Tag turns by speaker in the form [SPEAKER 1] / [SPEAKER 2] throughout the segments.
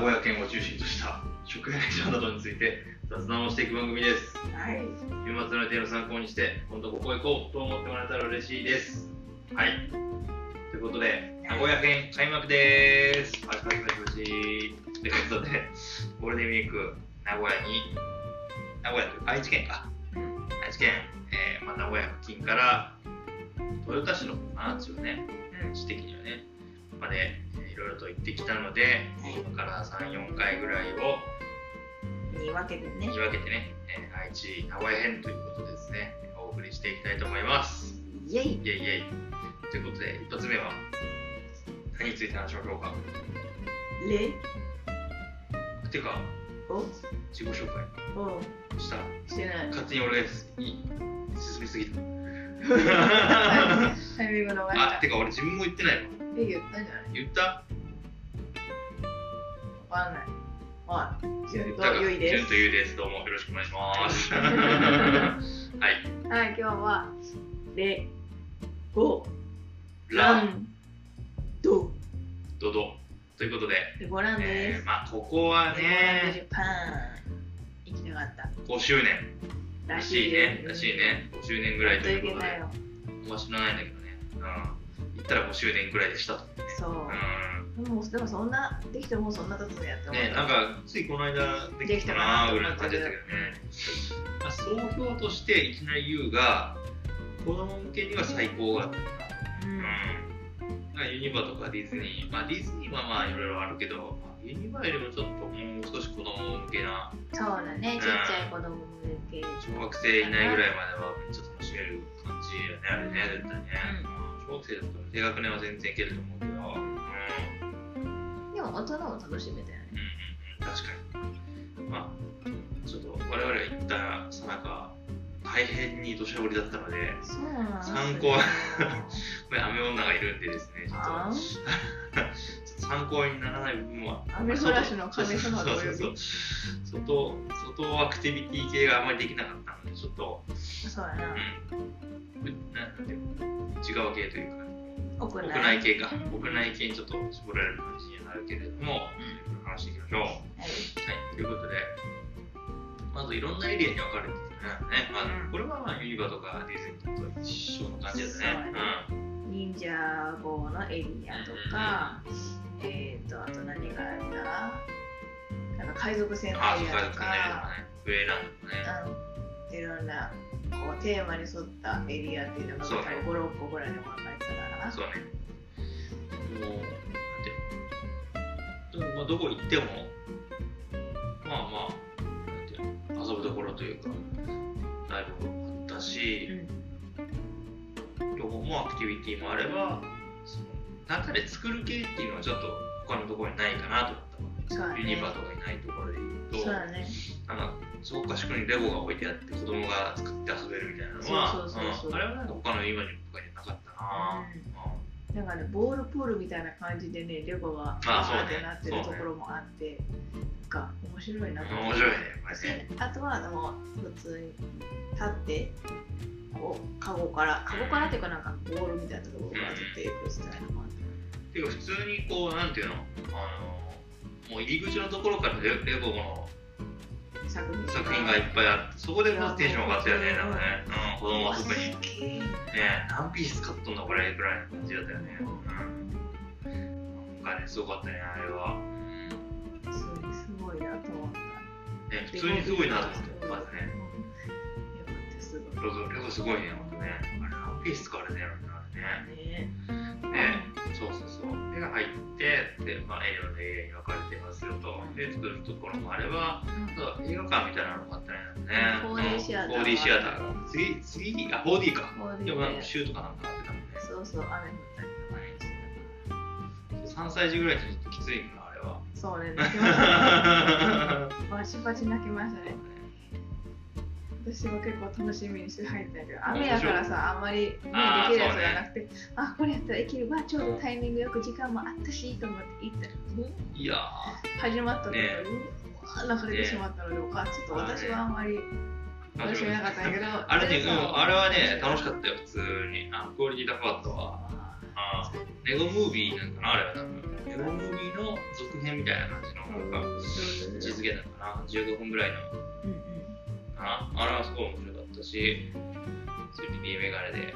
[SPEAKER 1] 古屋県を中心とした食品事情などについて雑談をしていく番組です
[SPEAKER 2] はい。
[SPEAKER 1] 週末の予定の参考にして今度ここへ行こうと思ってもらえたら嬉しいですはいということで名古屋編開幕ですパチパチパチパチということでゴールデンウィーク名古屋に名古屋というか愛知県か愛知県、えーまあ、名古屋付近から豊田市のアーチをね
[SPEAKER 2] うん。
[SPEAKER 1] 地的にはねまでえーいろいろと行ってきたので今から34回ぐらいを
[SPEAKER 2] に分けてね
[SPEAKER 1] に。分けてね、えー愛知名古屋編ということですねお送りしていきたいと思います
[SPEAKER 2] イェイ。
[SPEAKER 1] イエイイエイということで一発目は何について話しましょうか
[SPEAKER 2] レ
[SPEAKER 1] てか
[SPEAKER 2] オ
[SPEAKER 1] 自己紹介
[SPEAKER 2] を
[SPEAKER 1] した
[SPEAKER 2] して ない。
[SPEAKER 1] 勝手に俺がすい進みすぎ た
[SPEAKER 2] タイミング逃し
[SPEAKER 1] あ
[SPEAKER 2] た。
[SPEAKER 1] てか俺自分も言ってないわ
[SPEAKER 2] え、言ったんじゃない
[SPEAKER 1] 言った
[SPEAKER 2] わかんない。はい。ジュン
[SPEAKER 1] 言ったか
[SPEAKER 2] とゆいで
[SPEAKER 1] ジュンとゆいですどうもよろしくお願いします はい
[SPEAKER 2] す。はい、今日は、レ、ゴ、ラ
[SPEAKER 1] ラン
[SPEAKER 2] ン、ド。
[SPEAKER 1] ドドということで、
[SPEAKER 2] レゴランで
[SPEAKER 1] え
[SPEAKER 2] す
[SPEAKER 1] ー。まあここは
[SPEAKER 2] レゴランドジ
[SPEAKER 1] ね
[SPEAKER 2] ャパン。行きたかった。
[SPEAKER 1] 5周年らしいねらしい。ね5周年ぐらいと
[SPEAKER 2] とい
[SPEAKER 1] いう
[SPEAKER 2] け
[SPEAKER 1] こと
[SPEAKER 2] な
[SPEAKER 1] で
[SPEAKER 2] いよ。
[SPEAKER 1] 僕は知らないんだけどね、うん、行ったら5周年ぐらいでしたと、
[SPEAKER 2] そ
[SPEAKER 1] う
[SPEAKER 2] う。でも、でもそんな、できてもうそんな経つのやって
[SPEAKER 1] ん、
[SPEAKER 2] 思
[SPEAKER 1] ね
[SPEAKER 2] っ
[SPEAKER 1] な
[SPEAKER 2] た
[SPEAKER 1] んかついこの間できたかなぐらいの感じだったけどね、まあ、総評としていきなり言うが子供向けには最高だった、
[SPEAKER 2] う
[SPEAKER 1] う
[SPEAKER 2] ん
[SPEAKER 1] ん、なんかユニバとかディズニーまあディズニーはまあいろいろあるけど、まあユニバよりもちょっともう少し子供向けな
[SPEAKER 2] そうだね、ちっちゃい子供向け。
[SPEAKER 1] 小学生いないぐらいまではめっちゃ楽しめる感じやねあれね絶対ね、小学生だったら低学年は全然いけると思うけどうん
[SPEAKER 2] でも大人も楽しめたよね。
[SPEAKER 1] うんうんうん確かにまあちょっと我々が行ったさなか大変に土砂降りだったので
[SPEAKER 2] そうなんですよ
[SPEAKER 1] 参考これ雨女がいるんでですねちょっと
[SPEAKER 2] あ
[SPEAKER 1] ちょっと参考にならない部分は
[SPEAKER 2] 雨降らしの神様
[SPEAKER 1] そ
[SPEAKER 2] と
[SPEAKER 1] う
[SPEAKER 2] お
[SPEAKER 1] そう
[SPEAKER 2] 呼
[SPEAKER 1] そう外外アクティビティ系があまりできなかったのでちょっと
[SPEAKER 2] び。そうやな。
[SPEAKER 1] うんななんていうの内側系というか
[SPEAKER 2] 屋内。
[SPEAKER 1] 屋内系か屋内系にちょっと絞られる感じにはなるけれども、話していきましょう
[SPEAKER 2] はい
[SPEAKER 1] はい、ということで、まずいろんなエリアに分かれてたね。ねまあ
[SPEAKER 2] うん
[SPEAKER 1] これはまあユニバとかディズニーと一緒の感じですね。うん
[SPEAKER 2] 忍者号のエリアとか、えーと、あと何があるんだなんか海賊船の
[SPEAKER 1] あ、
[SPEAKER 2] エ
[SPEAKER 1] そう
[SPEAKER 2] リア
[SPEAKER 1] か、
[SPEAKER 2] と
[SPEAKER 1] カネルとか
[SPEAKER 2] か、
[SPEAKER 1] ね、ウェーランドとかね。
[SPEAKER 2] うん、いろんなこうテーマに沿ったエリアっていうのが
[SPEAKER 1] そうね
[SPEAKER 2] 5、6個ぐらいで分かれてたから。
[SPEAKER 1] そうね。もう、なんていうのでもまあ、どこ行っても、まあまあ、なんていうの遊ぶところというか、だいぶあったし、旅行もアクティビティもあれば、その中で作る系っていうのはちょっと他のところにないかなと思ったわ。
[SPEAKER 2] うん、そうだね
[SPEAKER 1] ユニバとかにないところで言うと、
[SPEAKER 2] そうだね。
[SPEAKER 1] なんかすごく賢いにレゴが置いてあって子供が作って遊べるみたいなのは
[SPEAKER 2] そうそうそうそう
[SPEAKER 1] うんあれはなんか他の今にとかにはなかったな、
[SPEAKER 2] うん
[SPEAKER 1] う
[SPEAKER 2] なんかね、ボールプールみたいな感じでね、レゴが
[SPEAKER 1] あそうね
[SPEAKER 2] バーってなってるところもあって、なんか面白いなと
[SPEAKER 1] ん
[SPEAKER 2] 思
[SPEAKER 1] 面
[SPEAKER 2] って。
[SPEAKER 1] 白いねこれね
[SPEAKER 2] あとはでも普通に立って、こう、カゴから、カゴからっていうかなんかボールみたいなところから出ていくスタイルもあって。
[SPEAKER 1] ていうか普通にこうなんていうのあのもう入り口のところからレレゴの
[SPEAKER 2] 作品
[SPEAKER 1] 作品がいっぱいあってそこでまずテンション上がったよねなんかね、うん、子供は特にね何ピース買っとんだこれぐらいの感じだったよね、うん、なんかねすごかったねあれは、うん
[SPEAKER 2] すごいなと思った。
[SPEAKER 1] ね、普通にすごいなと思ってまずね
[SPEAKER 2] うん。よかった、すごい。
[SPEAKER 1] ロドレゴすごいね、ほんとね。あれ、何ピース使われてるんだろうね。
[SPEAKER 2] ね
[SPEAKER 1] あれね。ね、そうそうそう。手が入って、で、まあ、エリアのエリアに分かれてますよと。で、作るところもあれば、あとは映画館みたいなのもあったりなん
[SPEAKER 2] うん
[SPEAKER 1] だね。
[SPEAKER 2] 4D シアタ
[SPEAKER 1] う
[SPEAKER 2] ー
[SPEAKER 1] ん 4D シアターが。次、次、あ、4D か。
[SPEAKER 2] もう
[SPEAKER 1] でもなん
[SPEAKER 2] ね
[SPEAKER 1] か、シュートかなんかあってたもんね。
[SPEAKER 2] そうそう、雨降ったりとかねしてたから。
[SPEAKER 1] 3歳児ぐらいじゃちょっときついんだ、あれは。
[SPEAKER 2] そうね、泣き ましたね。バチバチ泣きましたね。私は結構楽しみにして入ったんだけど、雨やからさ、あんまり、ね、で
[SPEAKER 1] あー
[SPEAKER 2] きるやつがなくて、あ,、これやったらいけるわ、ちょうどタイミングよく時間もあったしと思って行ったら、うん
[SPEAKER 1] いや
[SPEAKER 2] 始まったのが、
[SPEAKER 1] ね
[SPEAKER 2] うわー流れてしまったので、お母ちょっと私はあんまり
[SPEAKER 1] ー、
[SPEAKER 2] 楽しめなかったんやけど、
[SPEAKER 1] あれね、
[SPEAKER 2] 全
[SPEAKER 1] う
[SPEAKER 2] 然
[SPEAKER 1] んあれはね、楽しかったよ、普通に。あ、クオリティ高かったわ。
[SPEAKER 2] あ
[SPEAKER 1] あーレゴムービーなんかなあれは多分レゴムービーの続編みたいな感じのなんか位置づけたのかな15分ぐらいの
[SPEAKER 3] うんうん
[SPEAKER 1] かなあれはすごい面白かったし 3D メガネで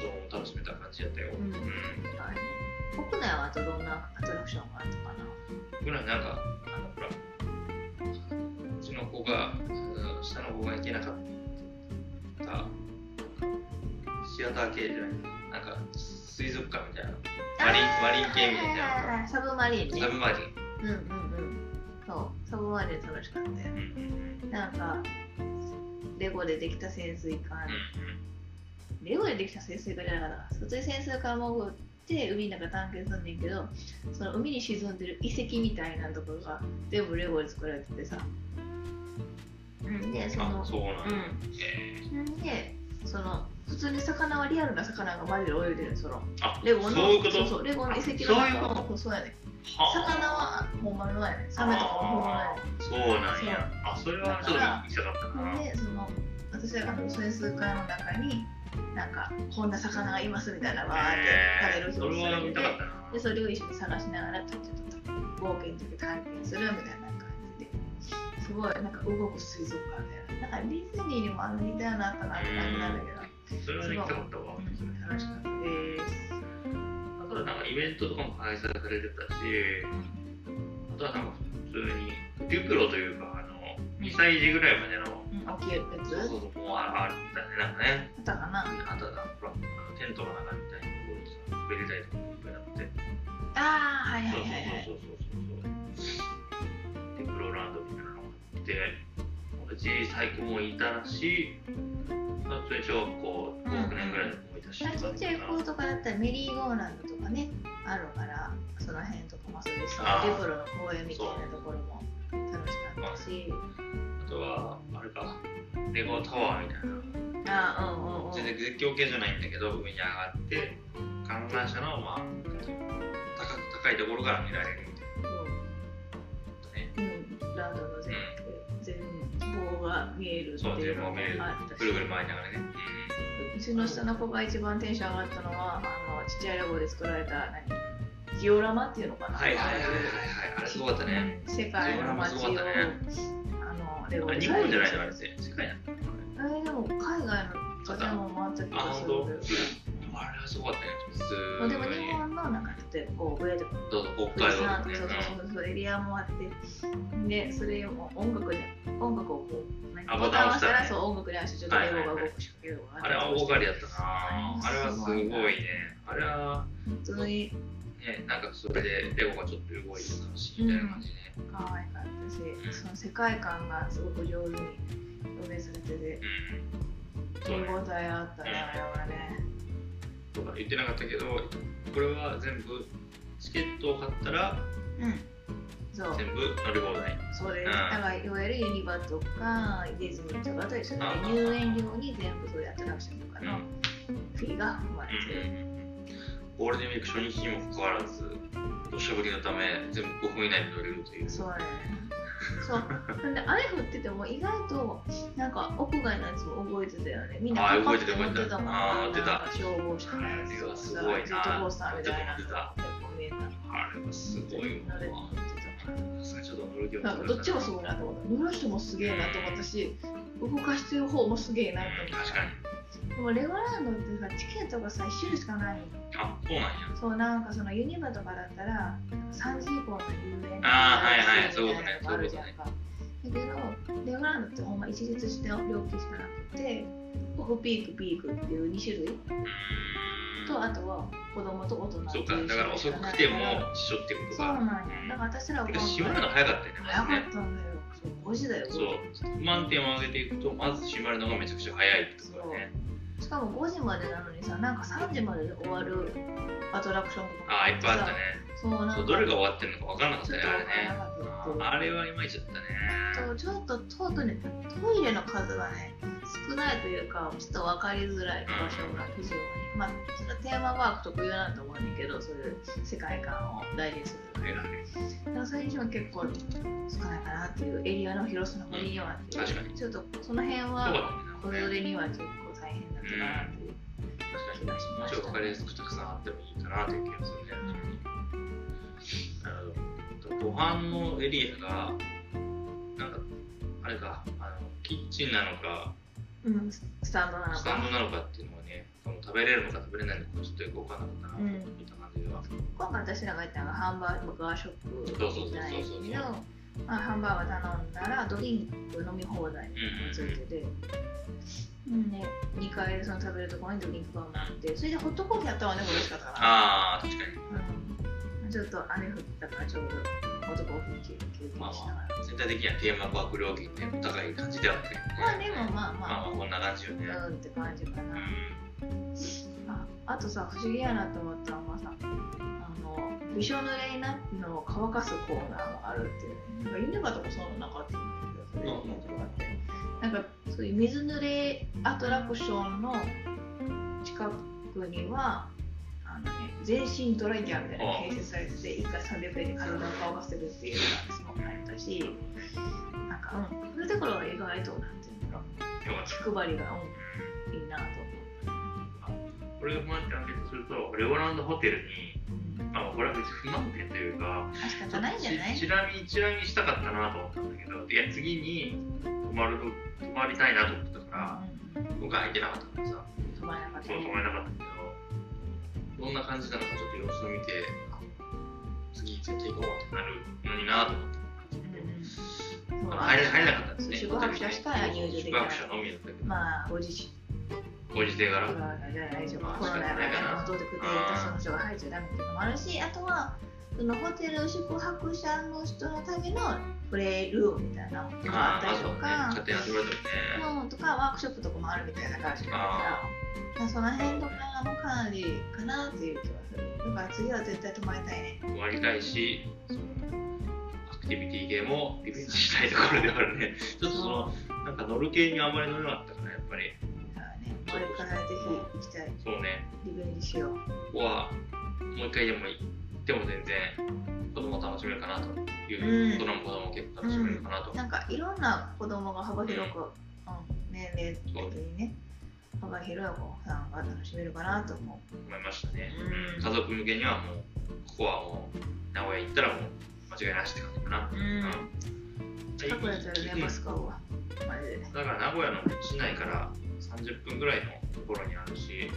[SPEAKER 1] その楽しめた感じだったよ、
[SPEAKER 2] う
[SPEAKER 1] うんん、
[SPEAKER 2] あれね国内はあとどんなアトラクションがあったかな
[SPEAKER 1] ぐらいなんかあのほらうちの子がうん下の子が行けなかったシアター系じゃないなんか水族館みたいなマリンマリン系みたいな
[SPEAKER 2] あーはいはいはいサブマリンね
[SPEAKER 1] サブマリン、
[SPEAKER 2] うんうんうんそうサブマリン楽しかったよ
[SPEAKER 1] うんうん
[SPEAKER 2] なんかレゴでできた潜水艦
[SPEAKER 1] う
[SPEAKER 2] レゴでできた潜水艦じゃなかったかな普通に潜水艦潜って海の中探検すんねんけどその海に沈んでる遺跡みたいなとこが全部レゴで作られててさうんでそ
[SPEAKER 1] んうん、
[SPEAKER 2] の
[SPEAKER 1] あそうなんだ、
[SPEAKER 2] う
[SPEAKER 1] えー
[SPEAKER 2] んでその普通に魚はリアルな魚がマジで泳いでるその
[SPEAKER 1] あ
[SPEAKER 2] レゴの
[SPEAKER 1] そういうこと
[SPEAKER 2] そうそうレゴの遺跡
[SPEAKER 1] そ
[SPEAKER 2] の
[SPEAKER 1] ういう
[SPEAKER 2] 中
[SPEAKER 1] こと
[SPEAKER 2] そうそうやね
[SPEAKER 1] は
[SPEAKER 2] 魚はほんまのやねサメとかもほんまのやね
[SPEAKER 1] あそうなんやあそれはちょっと行きたかったな
[SPEAKER 2] でその私はあの潜水艦の中になんかこんな魚がいますみたいなわーって
[SPEAKER 1] えー
[SPEAKER 2] 食
[SPEAKER 1] そ
[SPEAKER 2] べる
[SPEAKER 1] れ
[SPEAKER 2] 表
[SPEAKER 1] は見
[SPEAKER 2] 示さ
[SPEAKER 1] た
[SPEAKER 2] れ
[SPEAKER 1] かってた
[SPEAKER 2] て
[SPEAKER 1] な
[SPEAKER 2] でそれを一緒に探しながらちょっとちょっと冒険というか探検するみたいな感じですごいなんか動く水族館みたいななんかディズニーにもあの似たようなあったなって感じなんだけど、
[SPEAKER 1] それは行きたかったわ
[SPEAKER 2] うん、楽しかったです
[SPEAKER 1] あとはなんかイベントとかも開催されてたし、あとはなんか普通に、デュプロというか、あの2歳児ぐらいまでの、
[SPEAKER 2] うん大きいやつ
[SPEAKER 1] そうそうそう、もうああったね、なんかね、
[SPEAKER 2] あったかな
[SPEAKER 1] あとはなんかほら、テントの中みたいなところでさ、滑り台とかもいっぱいあって、
[SPEAKER 2] ああはいはいはいはい
[SPEAKER 1] そうそうそうそうそう、デュプロランドみたいなのがあって、小さい子もいたし、あと小学校6年ぐらいの子もいたし、
[SPEAKER 2] ちっちゃい子とかだったらメリーゴーランドとかねあるからその辺とかも遊べるし
[SPEAKER 1] あー
[SPEAKER 2] デプロの公園みたいなところも楽しかったし
[SPEAKER 1] あとは、あれか、レゴタワーみたいな。
[SPEAKER 2] あうんうんうん
[SPEAKER 1] 全然絶叫系じゃないんだけど上に上がって観覧車の、まあ、高く高いところから見られるみたいなことね
[SPEAKER 2] うんランドの全全貌が見えるって
[SPEAKER 1] そう
[SPEAKER 2] い
[SPEAKER 1] 全
[SPEAKER 2] う
[SPEAKER 1] 部
[SPEAKER 2] の
[SPEAKER 1] を
[SPEAKER 2] も
[SPEAKER 1] 見れる
[SPEAKER 2] あった
[SPEAKER 1] ぐ
[SPEAKER 2] し
[SPEAKER 1] るぐる回りながらね、
[SPEAKER 2] うちの下の子が一番テンション上がったのはあのちっちゃいレゴで作られた何ジオラマっていうのかな
[SPEAKER 1] はいはいはいはいはいあれすごかったね
[SPEAKER 2] 世界の街を
[SPEAKER 1] ジオラマ
[SPEAKER 2] あのレゴ
[SPEAKER 1] あれ
[SPEAKER 2] で
[SPEAKER 1] 日本じゃないのあれって世界なの
[SPEAKER 2] えーでも海外の方も回った気
[SPEAKER 1] あ
[SPEAKER 2] がす
[SPEAKER 1] 本
[SPEAKER 2] る
[SPEAKER 1] 当あれはすごかったね
[SPEAKER 2] まあ
[SPEAKER 1] 普
[SPEAKER 2] でも
[SPEAKER 1] 通
[SPEAKER 2] 日
[SPEAKER 1] に
[SPEAKER 2] 本のなんか例えばこう親とか
[SPEAKER 1] どうぞ
[SPEAKER 2] 富
[SPEAKER 1] 北海
[SPEAKER 2] 士
[SPEAKER 1] 道
[SPEAKER 2] 山
[SPEAKER 1] とか
[SPEAKER 2] と
[SPEAKER 1] ね
[SPEAKER 2] かそうそうそうエリアもあってでそれも音楽で音楽をこうなんか
[SPEAKER 1] あ
[SPEAKER 2] ボ
[SPEAKER 1] ボ
[SPEAKER 2] タ
[SPEAKER 1] タ
[SPEAKER 2] ン
[SPEAKER 1] ン
[SPEAKER 2] を
[SPEAKER 1] を
[SPEAKER 2] 押
[SPEAKER 1] 押
[SPEAKER 2] し
[SPEAKER 1] したた
[SPEAKER 2] ら
[SPEAKER 1] ら
[SPEAKER 2] そう音楽で足ちょっと英語が動く仕掛けが
[SPEAKER 1] あれは大がかりだったなあれはすごいねあれは
[SPEAKER 2] 本当に
[SPEAKER 1] ねなんかそれでレゴがちょっと動いて楽しいみたいな感じね、
[SPEAKER 2] 可愛かったしその世界観がすごく上手に表現されてて
[SPEAKER 1] うんそう
[SPEAKER 2] 見
[SPEAKER 1] ね
[SPEAKER 2] 応えあったねあれはね
[SPEAKER 1] とか言ってなかったけどこれは全部チケットを買ったら
[SPEAKER 2] うんそう
[SPEAKER 1] 全部乗り放題
[SPEAKER 2] そうです。
[SPEAKER 1] うん
[SPEAKER 2] だからいわゆるユニバとかディズニーとかと一緒で
[SPEAKER 1] うん
[SPEAKER 2] 入園料に全部そういうアトラクションとかのフィーが含まれてる。
[SPEAKER 1] ゴールデンウィーク初日にもかかわらず土砂降りのため全部5分以内に乗れるという
[SPEAKER 2] そうやね。そう。なんで雨降ってても意外となんか屋外のやつも動いてたよね。みんな
[SPEAKER 1] あー
[SPEAKER 2] パパッと乗ってたも
[SPEAKER 1] 動い
[SPEAKER 2] ん
[SPEAKER 1] てた動いてた
[SPEAKER 2] なんか消防車のやつとかさ
[SPEAKER 1] あれはすごいな
[SPEAKER 2] ジェットコースターみたい
[SPEAKER 1] 乗
[SPEAKER 2] な
[SPEAKER 1] ってた
[SPEAKER 2] 見えた。
[SPEAKER 1] あれはすごい
[SPEAKER 2] 乗れて
[SPEAKER 1] わ
[SPEAKER 2] た
[SPEAKER 1] それちょっと乗る気は
[SPEAKER 2] なんかどっちもすごいなと思った。乗る人もすげえなと思ったし、動かしてる方もすげえなと思
[SPEAKER 1] う
[SPEAKER 2] っ
[SPEAKER 1] ん
[SPEAKER 2] た。
[SPEAKER 1] 確かに
[SPEAKER 2] でもレゴランドってさチケットがさ1種類しかない
[SPEAKER 1] あそうなんや
[SPEAKER 2] そうなんかそのユニバとかだったら3時以降の遊園
[SPEAKER 1] あーはいはい
[SPEAKER 2] みたなのがあるじゃん
[SPEAKER 1] そういう
[SPEAKER 2] かだけどレゴランドってほんま一律して料金しかなくてオフピークピークっていう2種類
[SPEAKER 1] うー
[SPEAKER 2] と
[SPEAKER 1] ん
[SPEAKER 2] あとは子供と大人って
[SPEAKER 1] そ
[SPEAKER 2] いうう
[SPEAKER 1] かだから遅くても一緒ってこと
[SPEAKER 2] そう
[SPEAKER 1] か
[SPEAKER 2] なんやだから私らは
[SPEAKER 1] てか閉まるの早かったよね
[SPEAKER 2] 早
[SPEAKER 1] まず
[SPEAKER 2] か
[SPEAKER 1] ね
[SPEAKER 2] ったんだよそう5時だよ
[SPEAKER 1] そう不満点を上げていくとまず閉まるのがめちゃくちゃ早いってことかね
[SPEAKER 2] しかも5時までなのにさなんか3時までで終わるアトラクションとかも
[SPEAKER 1] あーいっぱいあったね
[SPEAKER 2] そうなん
[SPEAKER 1] そ
[SPEAKER 2] か
[SPEAKER 1] うどれが終わってるのか分からなかっ
[SPEAKER 2] ち
[SPEAKER 1] た
[SPEAKER 2] ょっ
[SPEAKER 1] ね
[SPEAKER 2] と
[SPEAKER 1] あれ
[SPEAKER 2] 分
[SPEAKER 1] ねあれはい
[SPEAKER 2] からなかったっていう
[SPEAKER 1] まいちだったね
[SPEAKER 2] とちょっとトートねトイレの数がね少ないというかちょっと分かりづらい場所が非常にまあそれはテーマパーク特有なんだと思うんだけどそういう世界観を大事にする
[SPEAKER 1] はいはい
[SPEAKER 2] だからそれ以上は結構少ないかなっていうエリアの広さの割にはっていう
[SPEAKER 1] 確かに
[SPEAKER 2] ちょっとその辺
[SPEAKER 1] そうだ
[SPEAKER 2] は
[SPEAKER 1] ね
[SPEAKER 2] 子連れには結構大変だったかなっていう
[SPEAKER 1] 確かに
[SPEAKER 2] 気がし
[SPEAKER 1] も
[SPEAKER 2] ま
[SPEAKER 1] うち
[SPEAKER 2] し
[SPEAKER 1] ょい
[SPEAKER 2] た、
[SPEAKER 1] 分かりやすくたくさんあってもいいかなという気がするね。あのご飯のエリアが、なんか、あれか、あのキッチンなのか、
[SPEAKER 2] うん、スタンドなの
[SPEAKER 1] スタンド
[SPEAKER 2] か
[SPEAKER 1] なのかっていうのはね、もう食べれるのか食べれないのかちょっとよく分からなかったな、
[SPEAKER 2] うん
[SPEAKER 1] 見た感じでは。
[SPEAKER 2] 今回私らが行ったのがハンバーガーショ
[SPEAKER 1] そうそうそうそう
[SPEAKER 2] ップみたいなまあハンバーガー頼んだらドリンク飲み放題
[SPEAKER 1] うんうん
[SPEAKER 2] ついてて、うんね、2階その食べるところにドリンクがあってそれでホットコーヒーやったらねも嬉しかったかな
[SPEAKER 1] ああ、確かに。
[SPEAKER 2] うん、ちょっと雨降ったからちょうどホットコーヒー休休憩しな
[SPEAKER 1] まあ
[SPEAKER 2] がら、
[SPEAKER 1] 全体的にはテーマパーク料金ってお高い感じではあって、
[SPEAKER 2] まあでもま
[SPEAKER 1] まあ
[SPEAKER 2] あ
[SPEAKER 1] ま
[SPEAKER 2] ま
[SPEAKER 1] あこんな感じよね。
[SPEAKER 2] あうんって感じか
[SPEAKER 1] う
[SPEAKER 2] な、
[SPEAKER 1] ん
[SPEAKER 2] ああとさ不思議やなと思ったのはさあのびしょ濡れになっての乾かすコーナーがあるっていうなんか犬がとかそういうのなかったんだけどそれ
[SPEAKER 1] うん
[SPEAKER 2] 印象があってなんかそういう水濡れアトラクションの近くにはあの、ね、全身ドライヤーみたいなのが建設されてて1回300円で体を乾かせるっていうのがすごく入ったしなんか、うん、そういうところは意外となんていうんだろう
[SPEAKER 1] よかった
[SPEAKER 2] 気配りが、うん、いいなと思
[SPEAKER 1] これをもうってアンケートすると、レゴランドホテルに、
[SPEAKER 2] う、
[SPEAKER 1] まあ、これは別に不満点というか、
[SPEAKER 2] うん、仕方ないんじゃない
[SPEAKER 1] ちらみちらみしたかったなと思ったんだけど、いや次に泊まると泊まりたいなと思ってたから、
[SPEAKER 2] うんうん
[SPEAKER 1] 今回空いてなかったからさ、
[SPEAKER 2] 止まらなかった
[SPEAKER 1] そう
[SPEAKER 2] ね
[SPEAKER 1] 泊まれなかったけど、どんな感じなのかちょっと様子を見て、あ次絶対行こうってなるのになと思って。
[SPEAKER 2] うんうんそう
[SPEAKER 1] 入れ入れなかったですね。
[SPEAKER 2] 宿泊者しか入場でき
[SPEAKER 1] 宿
[SPEAKER 2] ない
[SPEAKER 1] 泊者のみだったけど、
[SPEAKER 2] まあご自身
[SPEAKER 1] ご時世柄。
[SPEAKER 2] コロナじゃないでしょうかコロナが戻ってくるとその人が入っちゃダメっていうのもあるしあとはそのホテル宿泊者の人のためのプレイルームみたいなのがあったりと
[SPEAKER 1] まあ
[SPEAKER 2] か
[SPEAKER 1] そうね、勝手に遊ばれてもね。
[SPEAKER 2] うんとかワークショップとかもあるみたいな感じだからその辺とかもかなりかなっていう気はするだから次は絶対泊まりたいね
[SPEAKER 1] 終わりたいし、そのアクティビティ系もリベンジしたいところではある ね。ちょっとその、なんか乗る系にあんまり乗れなかったから、やっぱり。
[SPEAKER 2] だからねこれからぜひ行きたい
[SPEAKER 1] そうね、
[SPEAKER 2] リベンジしよう
[SPEAKER 1] ここはもう一回でも行っても全然子供楽しめるかなという、大
[SPEAKER 2] うん
[SPEAKER 1] 人も子供も結構楽しめるかなと。
[SPEAKER 2] なんかいろんな子供が幅広く、うん、年齢的にね幅広い子さんが楽しめるかなと思
[SPEAKER 1] 思いましたね、
[SPEAKER 2] うん
[SPEAKER 1] 家族向けにはもうここはもう名古屋行ったらもう間違いなしって感じかな、
[SPEAKER 2] う、う
[SPEAKER 1] うん
[SPEAKER 2] ん、近くやったら
[SPEAKER 1] うん
[SPEAKER 2] ねバス買うわマジでね
[SPEAKER 1] だから名古屋の市内から30分ぐらいのところにあるし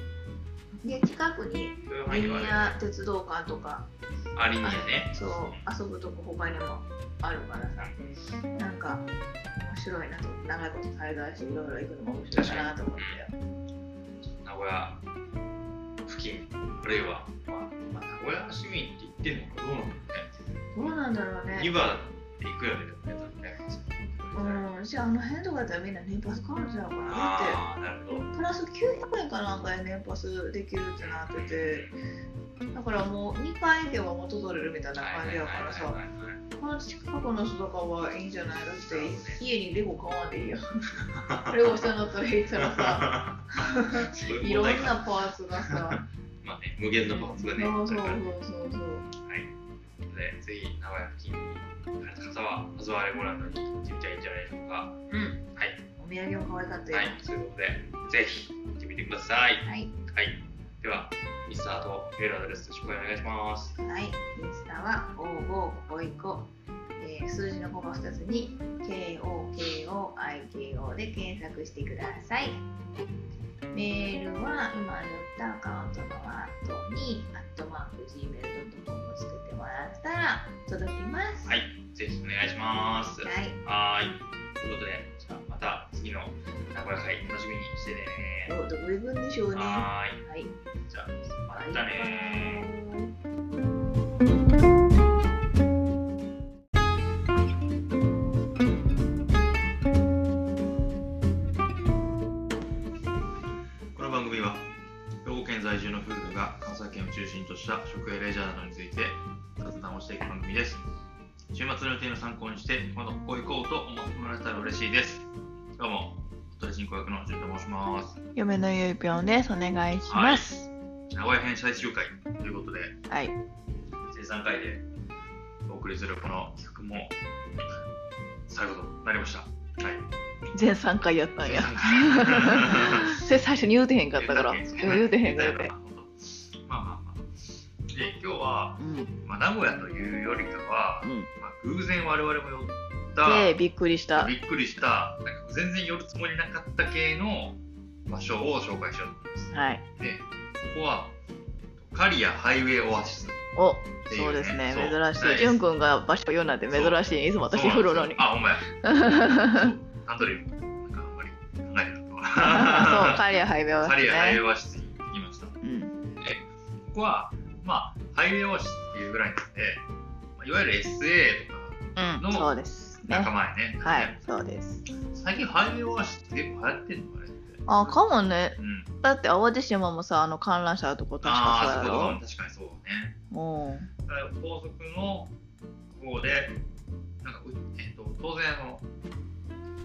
[SPEAKER 2] で近くに
[SPEAKER 1] 豊
[SPEAKER 2] リ
[SPEAKER 1] 橋
[SPEAKER 2] ニ
[SPEAKER 1] はね
[SPEAKER 2] ア鉄道館とか
[SPEAKER 1] ありにやね
[SPEAKER 2] そう遊ぶとこ他にもあるからさなんか面白いなと長いこと滞在していろいろ行くのも面白いかなと思って
[SPEAKER 1] 名古屋付近あるいは、まあまあ、名古屋市民って言ってんのかどうなんだ
[SPEAKER 2] どうな
[SPEAKER 1] ろ
[SPEAKER 2] んだろう
[SPEAKER 1] うね
[SPEAKER 2] ね
[SPEAKER 1] 湯葉で行くよねでもね多分ね
[SPEAKER 2] うんじゃああの辺とかだったらみんな年パス買うんちゃうかなって
[SPEAKER 1] ああなるほど
[SPEAKER 2] プラス900円かなんかで年パスできるってなっててだからもう2回では元取れるみたいな感じやからさ
[SPEAKER 1] はいはいはいはいはい
[SPEAKER 2] この近くの人とかはいいんじゃないだって家にレゴ買わんでいいや
[SPEAKER 1] こ
[SPEAKER 2] レゴしたのと言ったらさ
[SPEAKER 1] すご
[SPEAKER 2] い
[SPEAKER 1] い
[SPEAKER 2] ろ
[SPEAKER 1] 問
[SPEAKER 2] ん
[SPEAKER 1] 題か
[SPEAKER 2] なパーツが さ
[SPEAKER 1] まあね無限のパーツがねあ
[SPEAKER 2] そう
[SPEAKER 1] る
[SPEAKER 2] そう
[SPEAKER 1] か
[SPEAKER 2] そう
[SPEAKER 1] らね
[SPEAKER 2] そうそう
[SPEAKER 1] でぜひ名古屋付近に行かれた方はまずはレゴランドに行ってみたらいいんじゃないでしょうか
[SPEAKER 2] うん
[SPEAKER 1] はい
[SPEAKER 2] お土産も可愛かったよ
[SPEAKER 1] はいそういうことでぜひ行ってみてください
[SPEAKER 2] はい
[SPEAKER 1] はいではミスターとメールアドレスご紹介お願いします
[SPEAKER 2] はい、インスタは5555、えー、数字の5が2つに KOKOIKO で検索してください。メールは今言ったアカウントの後に、アットマーク Gmail.com をつけてもらったら届きます。
[SPEAKER 1] はいぜひお願いします
[SPEAKER 2] は。
[SPEAKER 1] はいーいということでじゃあまた次の名古屋会楽しみにしてね
[SPEAKER 2] どうどういう分でしょうね。は
[SPEAKER 1] はーい
[SPEAKER 2] い。
[SPEAKER 1] じゃあまたね
[SPEAKER 2] バイバイ
[SPEAKER 1] この番組は兵庫県在住の夫婦が関西圏を中心とした食やレジャーなどについて雑談をしていく番組です週末の予定の参考にして今度ここ行こうと思ってもらえたら嬉しいですどうも鳥人公役の淳と申します
[SPEAKER 3] 嫁のゆいぴょんです。お願いします。
[SPEAKER 1] 名古屋編最終回ということで
[SPEAKER 3] はい。
[SPEAKER 1] 生産会でお送りするこの企画も最後となりましたはい
[SPEAKER 3] 全3回やったんや。
[SPEAKER 1] 前
[SPEAKER 2] せ最初に言うてへんかったから
[SPEAKER 1] 言うたっけ
[SPEAKER 2] うん言うてへん言うてへん
[SPEAKER 1] まあまあまあ。で、今日は、
[SPEAKER 2] うん
[SPEAKER 1] まあ、名古屋というよりかは、
[SPEAKER 2] うん
[SPEAKER 1] まあ、偶然我々も寄
[SPEAKER 2] で
[SPEAKER 1] っ、
[SPEAKER 2] びっくりしたた
[SPEAKER 1] びっくりした、なんか全然寄るつもりなかった系の場所を紹介しようと思います。
[SPEAKER 2] はい
[SPEAKER 1] で、ここは、カリアハイウェイオアシス。
[SPEAKER 2] お
[SPEAKER 1] ていうね
[SPEAKER 2] そうですね
[SPEAKER 1] そう
[SPEAKER 2] 珍し
[SPEAKER 1] はい
[SPEAKER 2] い潤くんが場所言うなんて珍しいいつも私
[SPEAKER 1] そうなんですよ
[SPEAKER 2] 振るのに
[SPEAKER 1] あ、ほん まや。
[SPEAKER 2] そ
[SPEAKER 1] そうタントリーも、なんかあんまり考えてなか っ
[SPEAKER 2] う
[SPEAKER 1] たわ。
[SPEAKER 2] カリアハイウェイ は
[SPEAKER 1] カリアハイウ
[SPEAKER 2] ね
[SPEAKER 1] ェイオアシスに行ってきました。
[SPEAKER 2] うん
[SPEAKER 1] ここは、まあ、ハイウェイオアシスっていうぐらいなので、まあいわゆる SA とか
[SPEAKER 2] うんそうですね
[SPEAKER 1] 仲間やね。
[SPEAKER 2] はいそうです
[SPEAKER 1] 最近ハイウェイオアシスって結構流行ってんのあれって。
[SPEAKER 2] あかもね
[SPEAKER 1] うん。
[SPEAKER 2] だって淡路島もさあの観覧車のとこ確か
[SPEAKER 1] ああー、
[SPEAKER 2] そうや
[SPEAKER 1] そう
[SPEAKER 2] ろ
[SPEAKER 1] か、確かにそうね。
[SPEAKER 2] うん
[SPEAKER 1] だから高速の方で、なんか、うえっと、当然あの、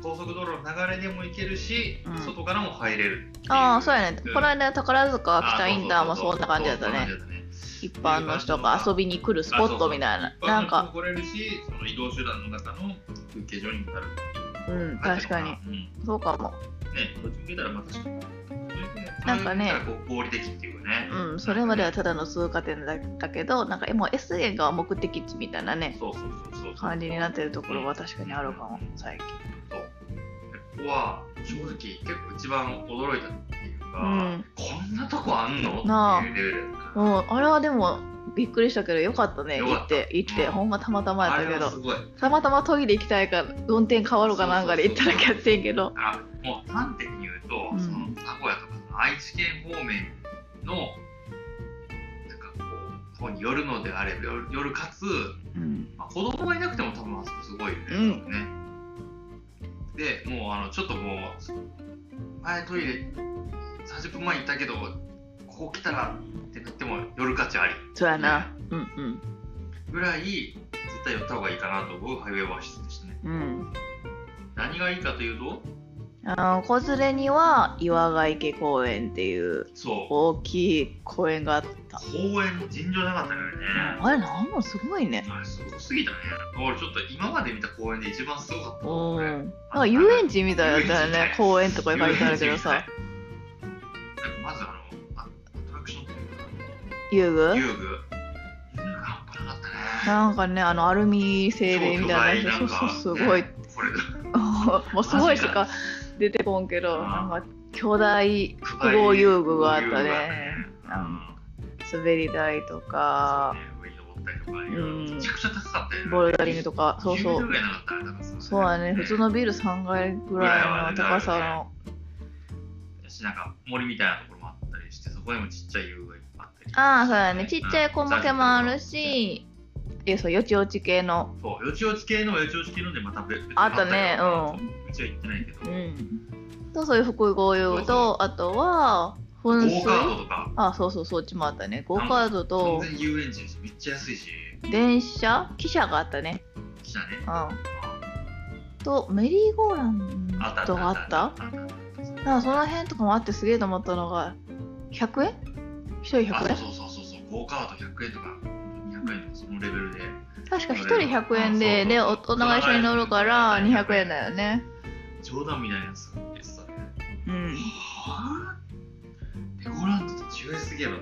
[SPEAKER 1] 高速道路の流れでも行けるし、
[SPEAKER 2] うん
[SPEAKER 1] 外からも入れるってい。
[SPEAKER 2] ああそうやね
[SPEAKER 1] ん
[SPEAKER 2] この間宝塚
[SPEAKER 1] あ
[SPEAKER 2] 北インターもそんな感じだった
[SPEAKER 1] そうそ
[SPEAKER 2] ね
[SPEAKER 1] うそうそんな感じだったね
[SPEAKER 2] 一般の人が遊びに来るスポットみたいな
[SPEAKER 1] 一
[SPEAKER 2] な
[SPEAKER 1] 般
[SPEAKER 2] ん
[SPEAKER 1] の人も
[SPEAKER 2] か
[SPEAKER 1] 来れるし、その移動手段の中の休憩所になる。
[SPEAKER 2] うん確かに
[SPEAKER 1] うん。
[SPEAKER 2] そうかも
[SPEAKER 1] ね、どっち向けたらまた確かに。
[SPEAKER 2] なんかね
[SPEAKER 1] こう合理的っていうかね。
[SPEAKER 2] うんそれまではただの通過点だったけどなんかもう SN が目的地みたいなね
[SPEAKER 1] そうそうそうそう。
[SPEAKER 2] 感じになってるところは確かにあるかも最近
[SPEAKER 1] そうでここは正直結構一番驚いたっていうか、
[SPEAKER 2] うん
[SPEAKER 1] こんなとこあんの
[SPEAKER 2] なあ
[SPEAKER 1] っていうレベルだった
[SPEAKER 2] う。んあれはでもびっくりしたけどよかったね
[SPEAKER 1] よ
[SPEAKER 2] 行
[SPEAKER 1] かっ
[SPEAKER 2] っ
[SPEAKER 1] た
[SPEAKER 2] て行って
[SPEAKER 1] うん
[SPEAKER 2] ほんまたまたまや
[SPEAKER 1] あ
[SPEAKER 2] った
[SPEAKER 1] れ
[SPEAKER 2] け
[SPEAKER 1] はす
[SPEAKER 2] ど
[SPEAKER 1] ごい。
[SPEAKER 2] たまたまトイレ行きたいから運転変わろうかなんかで行っただけやってんけど
[SPEAKER 1] あもう端的に言うと、
[SPEAKER 2] うん
[SPEAKER 1] その名古屋とかその愛知県方面のなんかこう方によるのであればよるよるかつ、
[SPEAKER 2] うん
[SPEAKER 1] まあ、子供がいなくても多分あそこすごいよね。
[SPEAKER 2] うん
[SPEAKER 1] 多分ねでもうあのちょっともう前トイレ30分前に行ったけどここ来たらってなっても寄る価値あり
[SPEAKER 2] そうやなうん
[SPEAKER 1] ぐらい絶対寄った方がいいかなと思うハイウェイオアシスでしたね。
[SPEAKER 2] うんうん
[SPEAKER 1] 何がいいかというと
[SPEAKER 2] あの子連れには岩ヶ池公園っていう
[SPEAKER 1] そう
[SPEAKER 2] 大きい公園があった
[SPEAKER 1] 公園尋常じゃなかったからね。
[SPEAKER 2] あれなんもすごいね
[SPEAKER 1] あれすごすぎたね。俺ちょっと今まで見た公園で一番すごかったわ。
[SPEAKER 2] う
[SPEAKER 1] 俺
[SPEAKER 2] んなんか遊園地みたいだったよね公園とか書いてあるけどさ。
[SPEAKER 1] まずあの、あアトラクションというか、
[SPEAKER 2] 遊具
[SPEAKER 1] 遊具。遊具が半端なかったね。
[SPEAKER 2] なんかね、あのアルミ製でみたいな、
[SPEAKER 1] 超
[SPEAKER 2] そう
[SPEAKER 1] 巨大なん
[SPEAKER 2] そうす
[SPEAKER 1] か
[SPEAKER 2] ごい、
[SPEAKER 1] これ、
[SPEAKER 2] もうすごいしか出てこんけど、
[SPEAKER 1] うん
[SPEAKER 2] なんか巨大複合遊具があった
[SPEAKER 1] 遊具があ
[SPEAKER 2] ね。
[SPEAKER 1] うん
[SPEAKER 2] 滑り台とか、
[SPEAKER 1] そうね上に登ったりとか、いろいろめ
[SPEAKER 2] ん
[SPEAKER 1] ちゃくちゃ高かったよね。
[SPEAKER 2] ボルダリングとか、そうそ
[SPEAKER 1] 10メートル
[SPEAKER 2] う。
[SPEAKER 1] ぐらいなかったあれだからさ
[SPEAKER 2] そうだね、普通のビル3階ぐらいの高さの。
[SPEAKER 1] だしなんか森みたいなところもあったりして、そこにもちっちゃい遊具がいっぱいあったり。
[SPEAKER 2] ああ、そうだね、ちっちゃい小負けもあるし、え、そう、よちよち系の。
[SPEAKER 1] そう、よちよち系のはよちよち系のでまた別
[SPEAKER 2] あったね
[SPEAKER 1] うん。うちは行ってないけど、ゴ
[SPEAKER 2] うん。と、そういう複合遊具と、あとは、噴
[SPEAKER 1] ーカー
[SPEAKER 2] 水。
[SPEAKER 1] トとか、
[SPEAKER 2] あ、そうそう、そっちもあったね。ゴーカードと
[SPEAKER 1] 完、全に遊園地だし、めっちゃ安いし、
[SPEAKER 2] 電車汽車があったね。
[SPEAKER 1] したね。
[SPEAKER 2] うん。と、メリーゴーラン
[SPEAKER 1] あった
[SPEAKER 2] ドがあった
[SPEAKER 1] あった
[SPEAKER 2] なんかその辺とかもあってすげえと思ったのが、100円一人
[SPEAKER 1] あ
[SPEAKER 2] 100円
[SPEAKER 1] そうそうそうそう、ゴーカート100円とか、200円とかそのレベルで、
[SPEAKER 2] 確か一人100円で、
[SPEAKER 1] そうそう
[SPEAKER 2] で、大人が一緒に乗るから200円だよね。
[SPEAKER 1] 冗談みたいなやつがやってたね。
[SPEAKER 2] うん。
[SPEAKER 1] はぁレゴランドと違いす ぎやろ。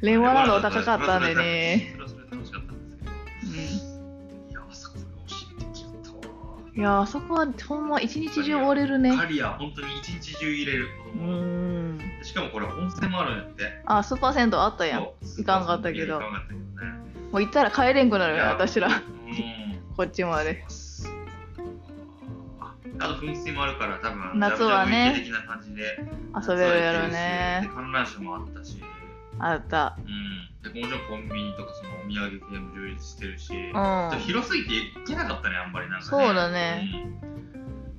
[SPEAKER 2] レモラード高かったんでね。
[SPEAKER 1] それはそれで楽しかったんですけど、
[SPEAKER 2] うん
[SPEAKER 1] いや、あそこがおしいってきったわ。
[SPEAKER 2] いやあそこはほんま一日中折れるね
[SPEAKER 1] カ。リア本当に一日中入れる子
[SPEAKER 2] う
[SPEAKER 1] 供、
[SPEAKER 2] ん。
[SPEAKER 1] しかもこれ温泉もあるんやって
[SPEAKER 2] あ、スーパー銭湯あったやん。も
[SPEAKER 1] そう
[SPEAKER 2] 行かんかったけど
[SPEAKER 1] 行かんかったけどね
[SPEAKER 2] う行ったら帰れんくなる
[SPEAKER 1] い
[SPEAKER 2] よ、
[SPEAKER 1] や
[SPEAKER 2] 私ら。
[SPEAKER 1] うん
[SPEAKER 2] こっちまで。
[SPEAKER 1] すごいわあと噴水もあるから多分あの
[SPEAKER 2] 夏はね
[SPEAKER 1] ジャブジャブ池的な感じで
[SPEAKER 2] 遊べるやろ
[SPEAKER 1] で
[SPEAKER 2] ね
[SPEAKER 1] 観覧車もあったし
[SPEAKER 2] あった
[SPEAKER 1] うんでもちろんコンビニとかそのお土産系も充実してるし、ちょっと
[SPEAKER 2] う
[SPEAKER 1] 広すぎて行けなかったねあんまりなんかね
[SPEAKER 2] そうだね、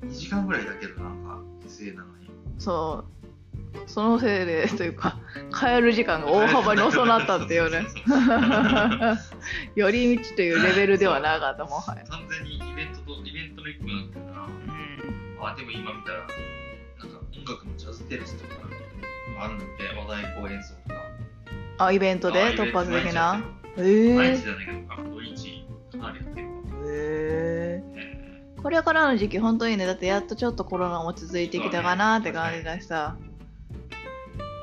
[SPEAKER 1] うん、2時間ぐらいだけどなんか SA なのに
[SPEAKER 2] んそうそのせいでというか帰る時間が大幅に遅なったっていうね 寄り道というレベルではなかったもはや、
[SPEAKER 1] 完全にイベントとイベントの一個になってるな
[SPEAKER 2] うん、
[SPEAKER 1] あでも今見たらなんか音楽のジャズテレスとかあるんだって和太鼓演奏とか
[SPEAKER 2] あイベント
[SPEAKER 1] あ
[SPEAKER 2] で
[SPEAKER 1] イベン
[SPEAKER 2] 突
[SPEAKER 1] ト
[SPEAKER 2] 発的
[SPEAKER 1] やっ
[SPEAKER 2] な
[SPEAKER 1] てる
[SPEAKER 2] へえ
[SPEAKER 1] 毎日じゃないけどあ土日かなりやってるわ
[SPEAKER 2] へえ
[SPEAKER 1] え
[SPEAKER 2] これからの時期本当にねだってやっとちょっとコロナも続いてきたかなって感じだしさ、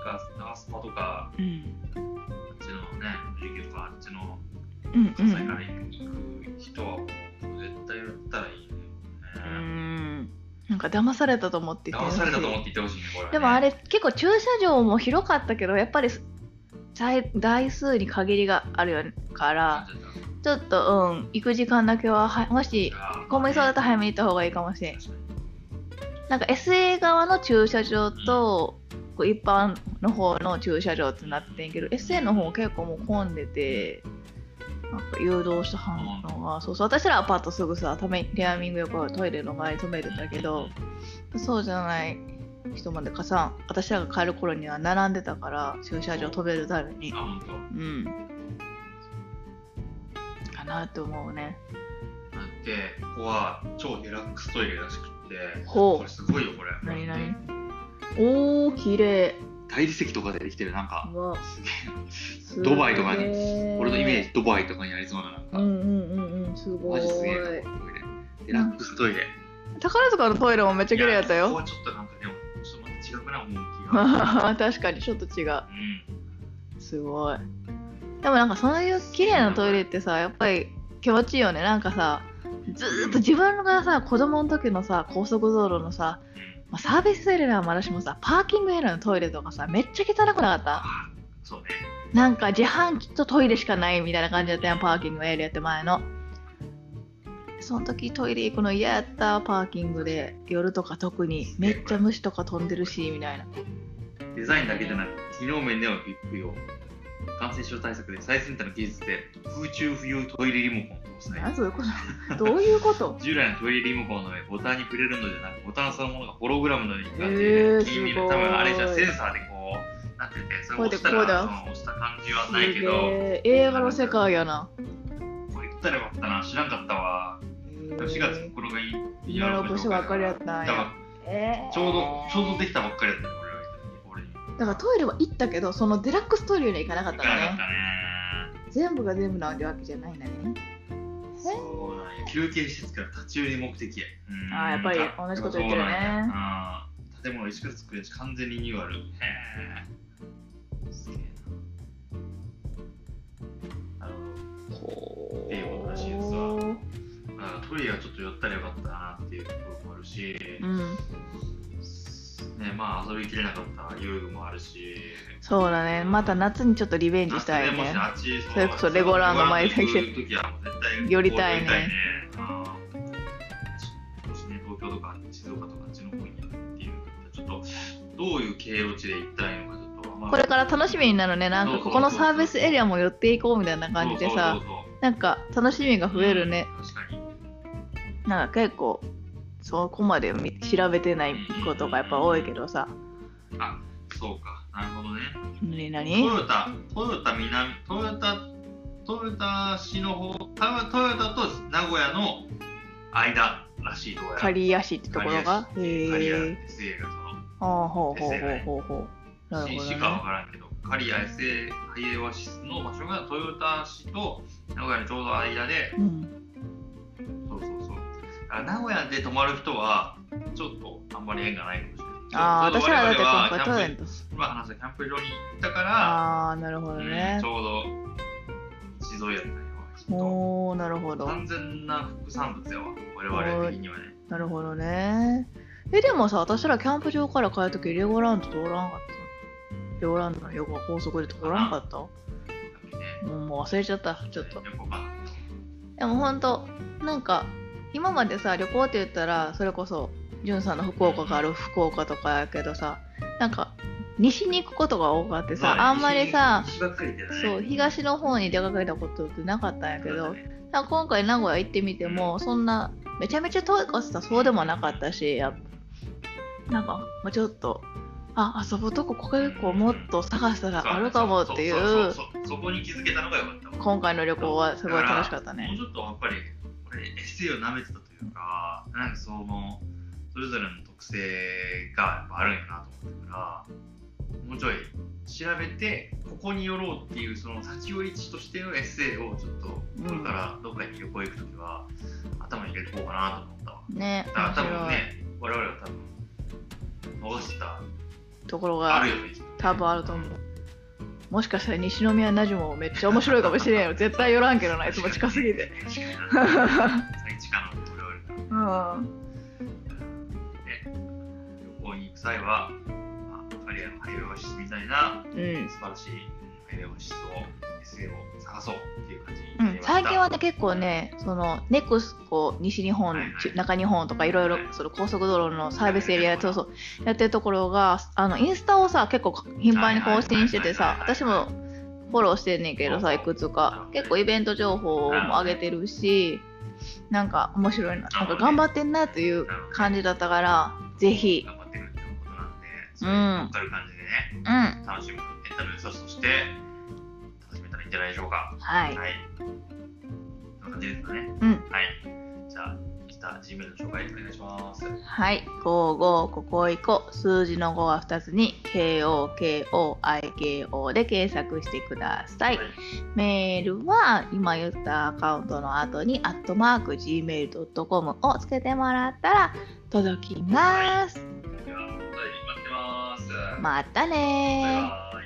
[SPEAKER 1] か長スマとか
[SPEAKER 2] うん、
[SPEAKER 1] あっちのね時期とかあっちの
[SPEAKER 2] うんう
[SPEAKER 1] 関西か
[SPEAKER 2] ん
[SPEAKER 1] ら行く人はもう絶対やったらいいよ
[SPEAKER 2] う
[SPEAKER 1] ね。
[SPEAKER 2] んなんか騙されたと思って言っ
[SPEAKER 1] 騙
[SPEAKER 2] て
[SPEAKER 1] され
[SPEAKER 2] ほしい
[SPEAKER 1] たと思って言ってほしいね、これはね
[SPEAKER 2] でもあれ結構駐車場も広かったけどやっぱり最台数に限りがあるか
[SPEAKER 1] あ
[SPEAKER 2] ら
[SPEAKER 1] ちょっと
[SPEAKER 2] ちょっとうん行く時間だけははもし
[SPEAKER 1] あ
[SPEAKER 2] 混みそうだったら早めに行った方がいいかもしれん
[SPEAKER 1] 確かに
[SPEAKER 2] なんか SA 側の駐車場と、こう一般の方の駐車場ってなってんけど SA の方結構もう混んでてなんか誘導した反応が、そうそう私らアパートすぐさためレアミング横トイレの前に止めるんだけどそうじゃない人までかさん私らが帰る頃には並んでたから駐車場止めるために
[SPEAKER 1] あ、本当。
[SPEAKER 2] うんかなと思うね
[SPEAKER 1] だって、ここは超デラックストイレらしくって、
[SPEAKER 2] ほう
[SPEAKER 1] これすごいよ、これ。
[SPEAKER 2] 何何おお綺麗
[SPEAKER 1] 大理石とかでできてる、なんか、
[SPEAKER 2] うわ
[SPEAKER 1] すげ
[SPEAKER 2] すご
[SPEAKER 1] え。ド
[SPEAKER 2] い
[SPEAKER 1] バイとかに、俺のイメージ、ドバイとかにありそうな、なんか、
[SPEAKER 2] うんうんうんうんすご
[SPEAKER 1] マ
[SPEAKER 2] い
[SPEAKER 1] ジすげえな、これ。デラックストイレ。
[SPEAKER 2] 宝塚のトイレもめっちゃ綺麗やった
[SPEAKER 1] いここ
[SPEAKER 2] よ
[SPEAKER 1] はちょっとなんかね、ちょっとまた違うかな、趣が。
[SPEAKER 2] 確かにちょっと違 う
[SPEAKER 1] うん。
[SPEAKER 2] すごいでもなんかそういう綺麗なトイレってさやっぱり気持ちいいよねなんかさずーっと自分がさ子供の時のさ高速道路のさ、
[SPEAKER 1] うん
[SPEAKER 2] まあ、サービスエリアはまだしもさパーキングエリアのトイレとかさめっちゃ汚くなかった
[SPEAKER 1] あ、そうね。
[SPEAKER 2] なんか自販機とトイレしかないみたいな感じだったやんパーキングエリアって前のその時トイレ行くの嫌やったパーキングで夜とか特にめっちゃ虫とか飛んでるしみたいな
[SPEAKER 1] デザインだけじゃなく、機能面でもびっくりを。感染症対策で最先端の技術で空中浮遊トイレリモコンを搭載
[SPEAKER 2] 何。そういうこと どういうこと
[SPEAKER 1] 従来のトイレリモコンの上ボタンに触れるのではなくボタンそのものがホログラムのように感じ
[SPEAKER 2] えー
[SPEAKER 1] で、君
[SPEAKER 2] すごい
[SPEAKER 1] 多分あれじゃセンサーでこうなっててそれを押した
[SPEAKER 2] こうだ
[SPEAKER 1] ら
[SPEAKER 2] こう
[SPEAKER 1] その
[SPEAKER 2] だ
[SPEAKER 1] 押した感じは
[SPEAKER 2] す
[SPEAKER 1] ないけどこ
[SPEAKER 2] げえ映画の世界やな
[SPEAKER 1] れ言ったらよかったな知らんかったわ4月9日に
[SPEAKER 2] 今の年ばっかりやったん
[SPEAKER 1] だか
[SPEAKER 2] やえ
[SPEAKER 1] ら
[SPEAKER 2] ー
[SPEAKER 1] ちょうどちょうどできたばっかりだったよ俺は俺に
[SPEAKER 2] だからトイレは行ったけどそのデラックストイレには行かなかっ
[SPEAKER 1] 行
[SPEAKER 2] た
[SPEAKER 1] かな
[SPEAKER 2] の
[SPEAKER 1] かっ
[SPEAKER 2] ね
[SPEAKER 1] たね
[SPEAKER 2] 全部が全部なわけじゃないんだね
[SPEAKER 1] そうなんや休憩施設から立ち寄り目的へうん
[SPEAKER 2] あーやっぱり同じこと言って
[SPEAKER 1] そ
[SPEAKER 2] るね
[SPEAKER 1] うなんやあー建物一から作るし完全リニューアルへえすげえななる
[SPEAKER 2] ほ
[SPEAKER 1] っていうことらしいですわほどあートイレはちょっと寄ったらよかったなっていうところもあるし、
[SPEAKER 2] うん
[SPEAKER 1] ねまあ遊びきれなかった遊具もあるし
[SPEAKER 2] そうだね、また夏にちょっとリベンジしたい
[SPEAKER 1] 夏もし
[SPEAKER 2] ね。
[SPEAKER 1] あっち
[SPEAKER 2] それこそレゴランド前だけ
[SPEAKER 1] レゴランド行く時はもう絶対
[SPEAKER 2] 寄りたいね
[SPEAKER 1] 寄あーもしね東京とか静岡とかあっちの方に行くっていうんだったらちょっとどういう経路地で行ったらいいのかちょっと、まあ
[SPEAKER 2] これから楽しみになるね、なんかここのサービスエリアも寄っていこうみたいな感じで
[SPEAKER 1] そう、
[SPEAKER 2] さ
[SPEAKER 1] そうそう
[SPEAKER 2] なんか楽しみが
[SPEAKER 1] そう
[SPEAKER 2] 増えるね。
[SPEAKER 1] うん確かに
[SPEAKER 2] なんか結構、そこまでみ調べてないことがやっぱ多いけどさ、
[SPEAKER 1] そうかなるほどね
[SPEAKER 2] なにな
[SPEAKER 1] ト
[SPEAKER 2] に
[SPEAKER 1] ヨタ、トヨタ南、トヨタ、トヨタ市の方、トヨトヨタと名古屋の間らしいどうやら。
[SPEAKER 2] 刈谷市ってところがへ
[SPEAKER 1] 刈谷
[SPEAKER 2] え。
[SPEAKER 1] SA がそ
[SPEAKER 2] ああ、ほうほうほうほうほう。な
[SPEAKER 1] の、
[SPEAKER 2] る
[SPEAKER 1] 市
[SPEAKER 2] ほど
[SPEAKER 1] 市
[SPEAKER 2] ね
[SPEAKER 1] か。わからんけど、刈谷 SA ハイエーオアシスの場所がトヨタ市と名古屋のちょうど間で、
[SPEAKER 2] うん、
[SPEAKER 1] そうそうそう。だから名古屋で泊まる人は、ちょっとあんまり縁がないかもしれない。
[SPEAKER 2] ああ、
[SPEAKER 1] ちょう
[SPEAKER 2] 私
[SPEAKER 1] ど
[SPEAKER 2] らだっ
[SPEAKER 1] 我
[SPEAKER 2] て
[SPEAKER 1] 々は
[SPEAKER 2] 今回
[SPEAKER 1] キ
[SPEAKER 2] トイ
[SPEAKER 1] ャ
[SPEAKER 2] レ
[SPEAKER 1] ン
[SPEAKER 2] に
[SPEAKER 1] プ今話したキャンプ場に行ったから、
[SPEAKER 2] ああ、なるほど
[SPEAKER 1] う
[SPEAKER 2] ね
[SPEAKER 1] んち。ょうど地沿いやったよ、きっと。
[SPEAKER 2] おおなるほど。
[SPEAKER 1] 完全な副産物やわ我々的にはね
[SPEAKER 2] なるほどね。え、でもさ、私らキャンプ場から帰るとき、レゴランドとおらんかった。レゴランドの横高速でとこおらんかったもうもう忘れちゃった、ちょっと。
[SPEAKER 1] やっぱま
[SPEAKER 2] でもほんと、なんか、今までさ、旅行って言ったら、それこそ、じゅんさんの福岡から福岡とかやけどさ、なんか、西に行くことが多かって
[SPEAKER 1] あ
[SPEAKER 2] さ、
[SPEAKER 1] ま
[SPEAKER 2] あんまりさ、
[SPEAKER 1] 西ばっかりだよね
[SPEAKER 2] そう、東の方に出かけたことってなかったんやけ
[SPEAKER 1] そ
[SPEAKER 2] ど
[SPEAKER 1] うだ、ね
[SPEAKER 2] なんか今回名古屋行ってみても、そんなめちゃめちゃ遠いかったらそうでもなかったしやなんかもうちょっとあ遊ぶとこここ結構もっと探したらあるかもってい
[SPEAKER 1] そうそそそそこに気づけたのが良かったわ
[SPEAKER 2] 今回の旅行はすごい楽しかった
[SPEAKER 1] もう
[SPEAKER 2] ね
[SPEAKER 1] ちょっとやっぱりこれ SE を舐めてたというかなんかそのそれぞれの特性がやっぱあるんやなと思ったからもうちょい調べてここに寄ろうっていうその先寄り地としての SA をちょっとこれからどっかに旅行行くときは頭に入れてこうかなと思ったわ。
[SPEAKER 2] ね
[SPEAKER 1] だから
[SPEAKER 2] 面
[SPEAKER 1] 多分
[SPEAKER 2] 白い
[SPEAKER 1] ね、我々は多分、どうした
[SPEAKER 2] ところ
[SPEAKER 1] あ
[SPEAKER 2] が
[SPEAKER 1] るよね。
[SPEAKER 2] 多分あると思うもしかしたら西宮ナジュもめっちゃ面白いかもしれんよ絶対寄らんけどないつも近すぎて。
[SPEAKER 1] 近いな。地下の我々が
[SPEAKER 2] うん
[SPEAKER 1] 旅行に行く際は、まあ、カリアのハイウェイオアシスみたいな
[SPEAKER 2] うん
[SPEAKER 1] 素晴らしいハイウェイオアシスを、SA を探そうっていう感じに
[SPEAKER 2] う
[SPEAKER 1] なり
[SPEAKER 2] ん
[SPEAKER 1] ました。
[SPEAKER 2] 最近はね結構ねそのネクスコ西日本、
[SPEAKER 1] はいはい
[SPEAKER 2] 中中日本とかいろいろその高速道路のサービスエリアそうそうやってるところがあのインスタをさ結構頻繁に更新しててさ
[SPEAKER 1] はいはいはいはい
[SPEAKER 2] 私もフォローしてんねんけどさいくつか結構イベント情報も上げてるしなんか面白いななんか頑張ってんなという感じだったからぜひ
[SPEAKER 1] 頑張ってるってことなんで、
[SPEAKER 2] う
[SPEAKER 1] そ
[SPEAKER 2] ん
[SPEAKER 1] れに乗っかる感じでね、
[SPEAKER 2] うんは
[SPEAKER 1] 楽しむエンタメの一つとして、楽しめたらいいんじゃないでしょうか。
[SPEAKER 2] い
[SPEAKER 1] はい。こんな感じですかね。
[SPEAKER 2] うん
[SPEAKER 1] はい。じゃあ、インスタ、G メールの紹介お願いします。はい。
[SPEAKER 2] はい、55ここいこ数字の5は2つに KOKOIKO で検索してください、メールは今言ったアカウントの後にアットマーク Gmail.com をつけてもらったら届きます
[SPEAKER 1] では、お便り待ってます。
[SPEAKER 2] またねー
[SPEAKER 1] バイバイ。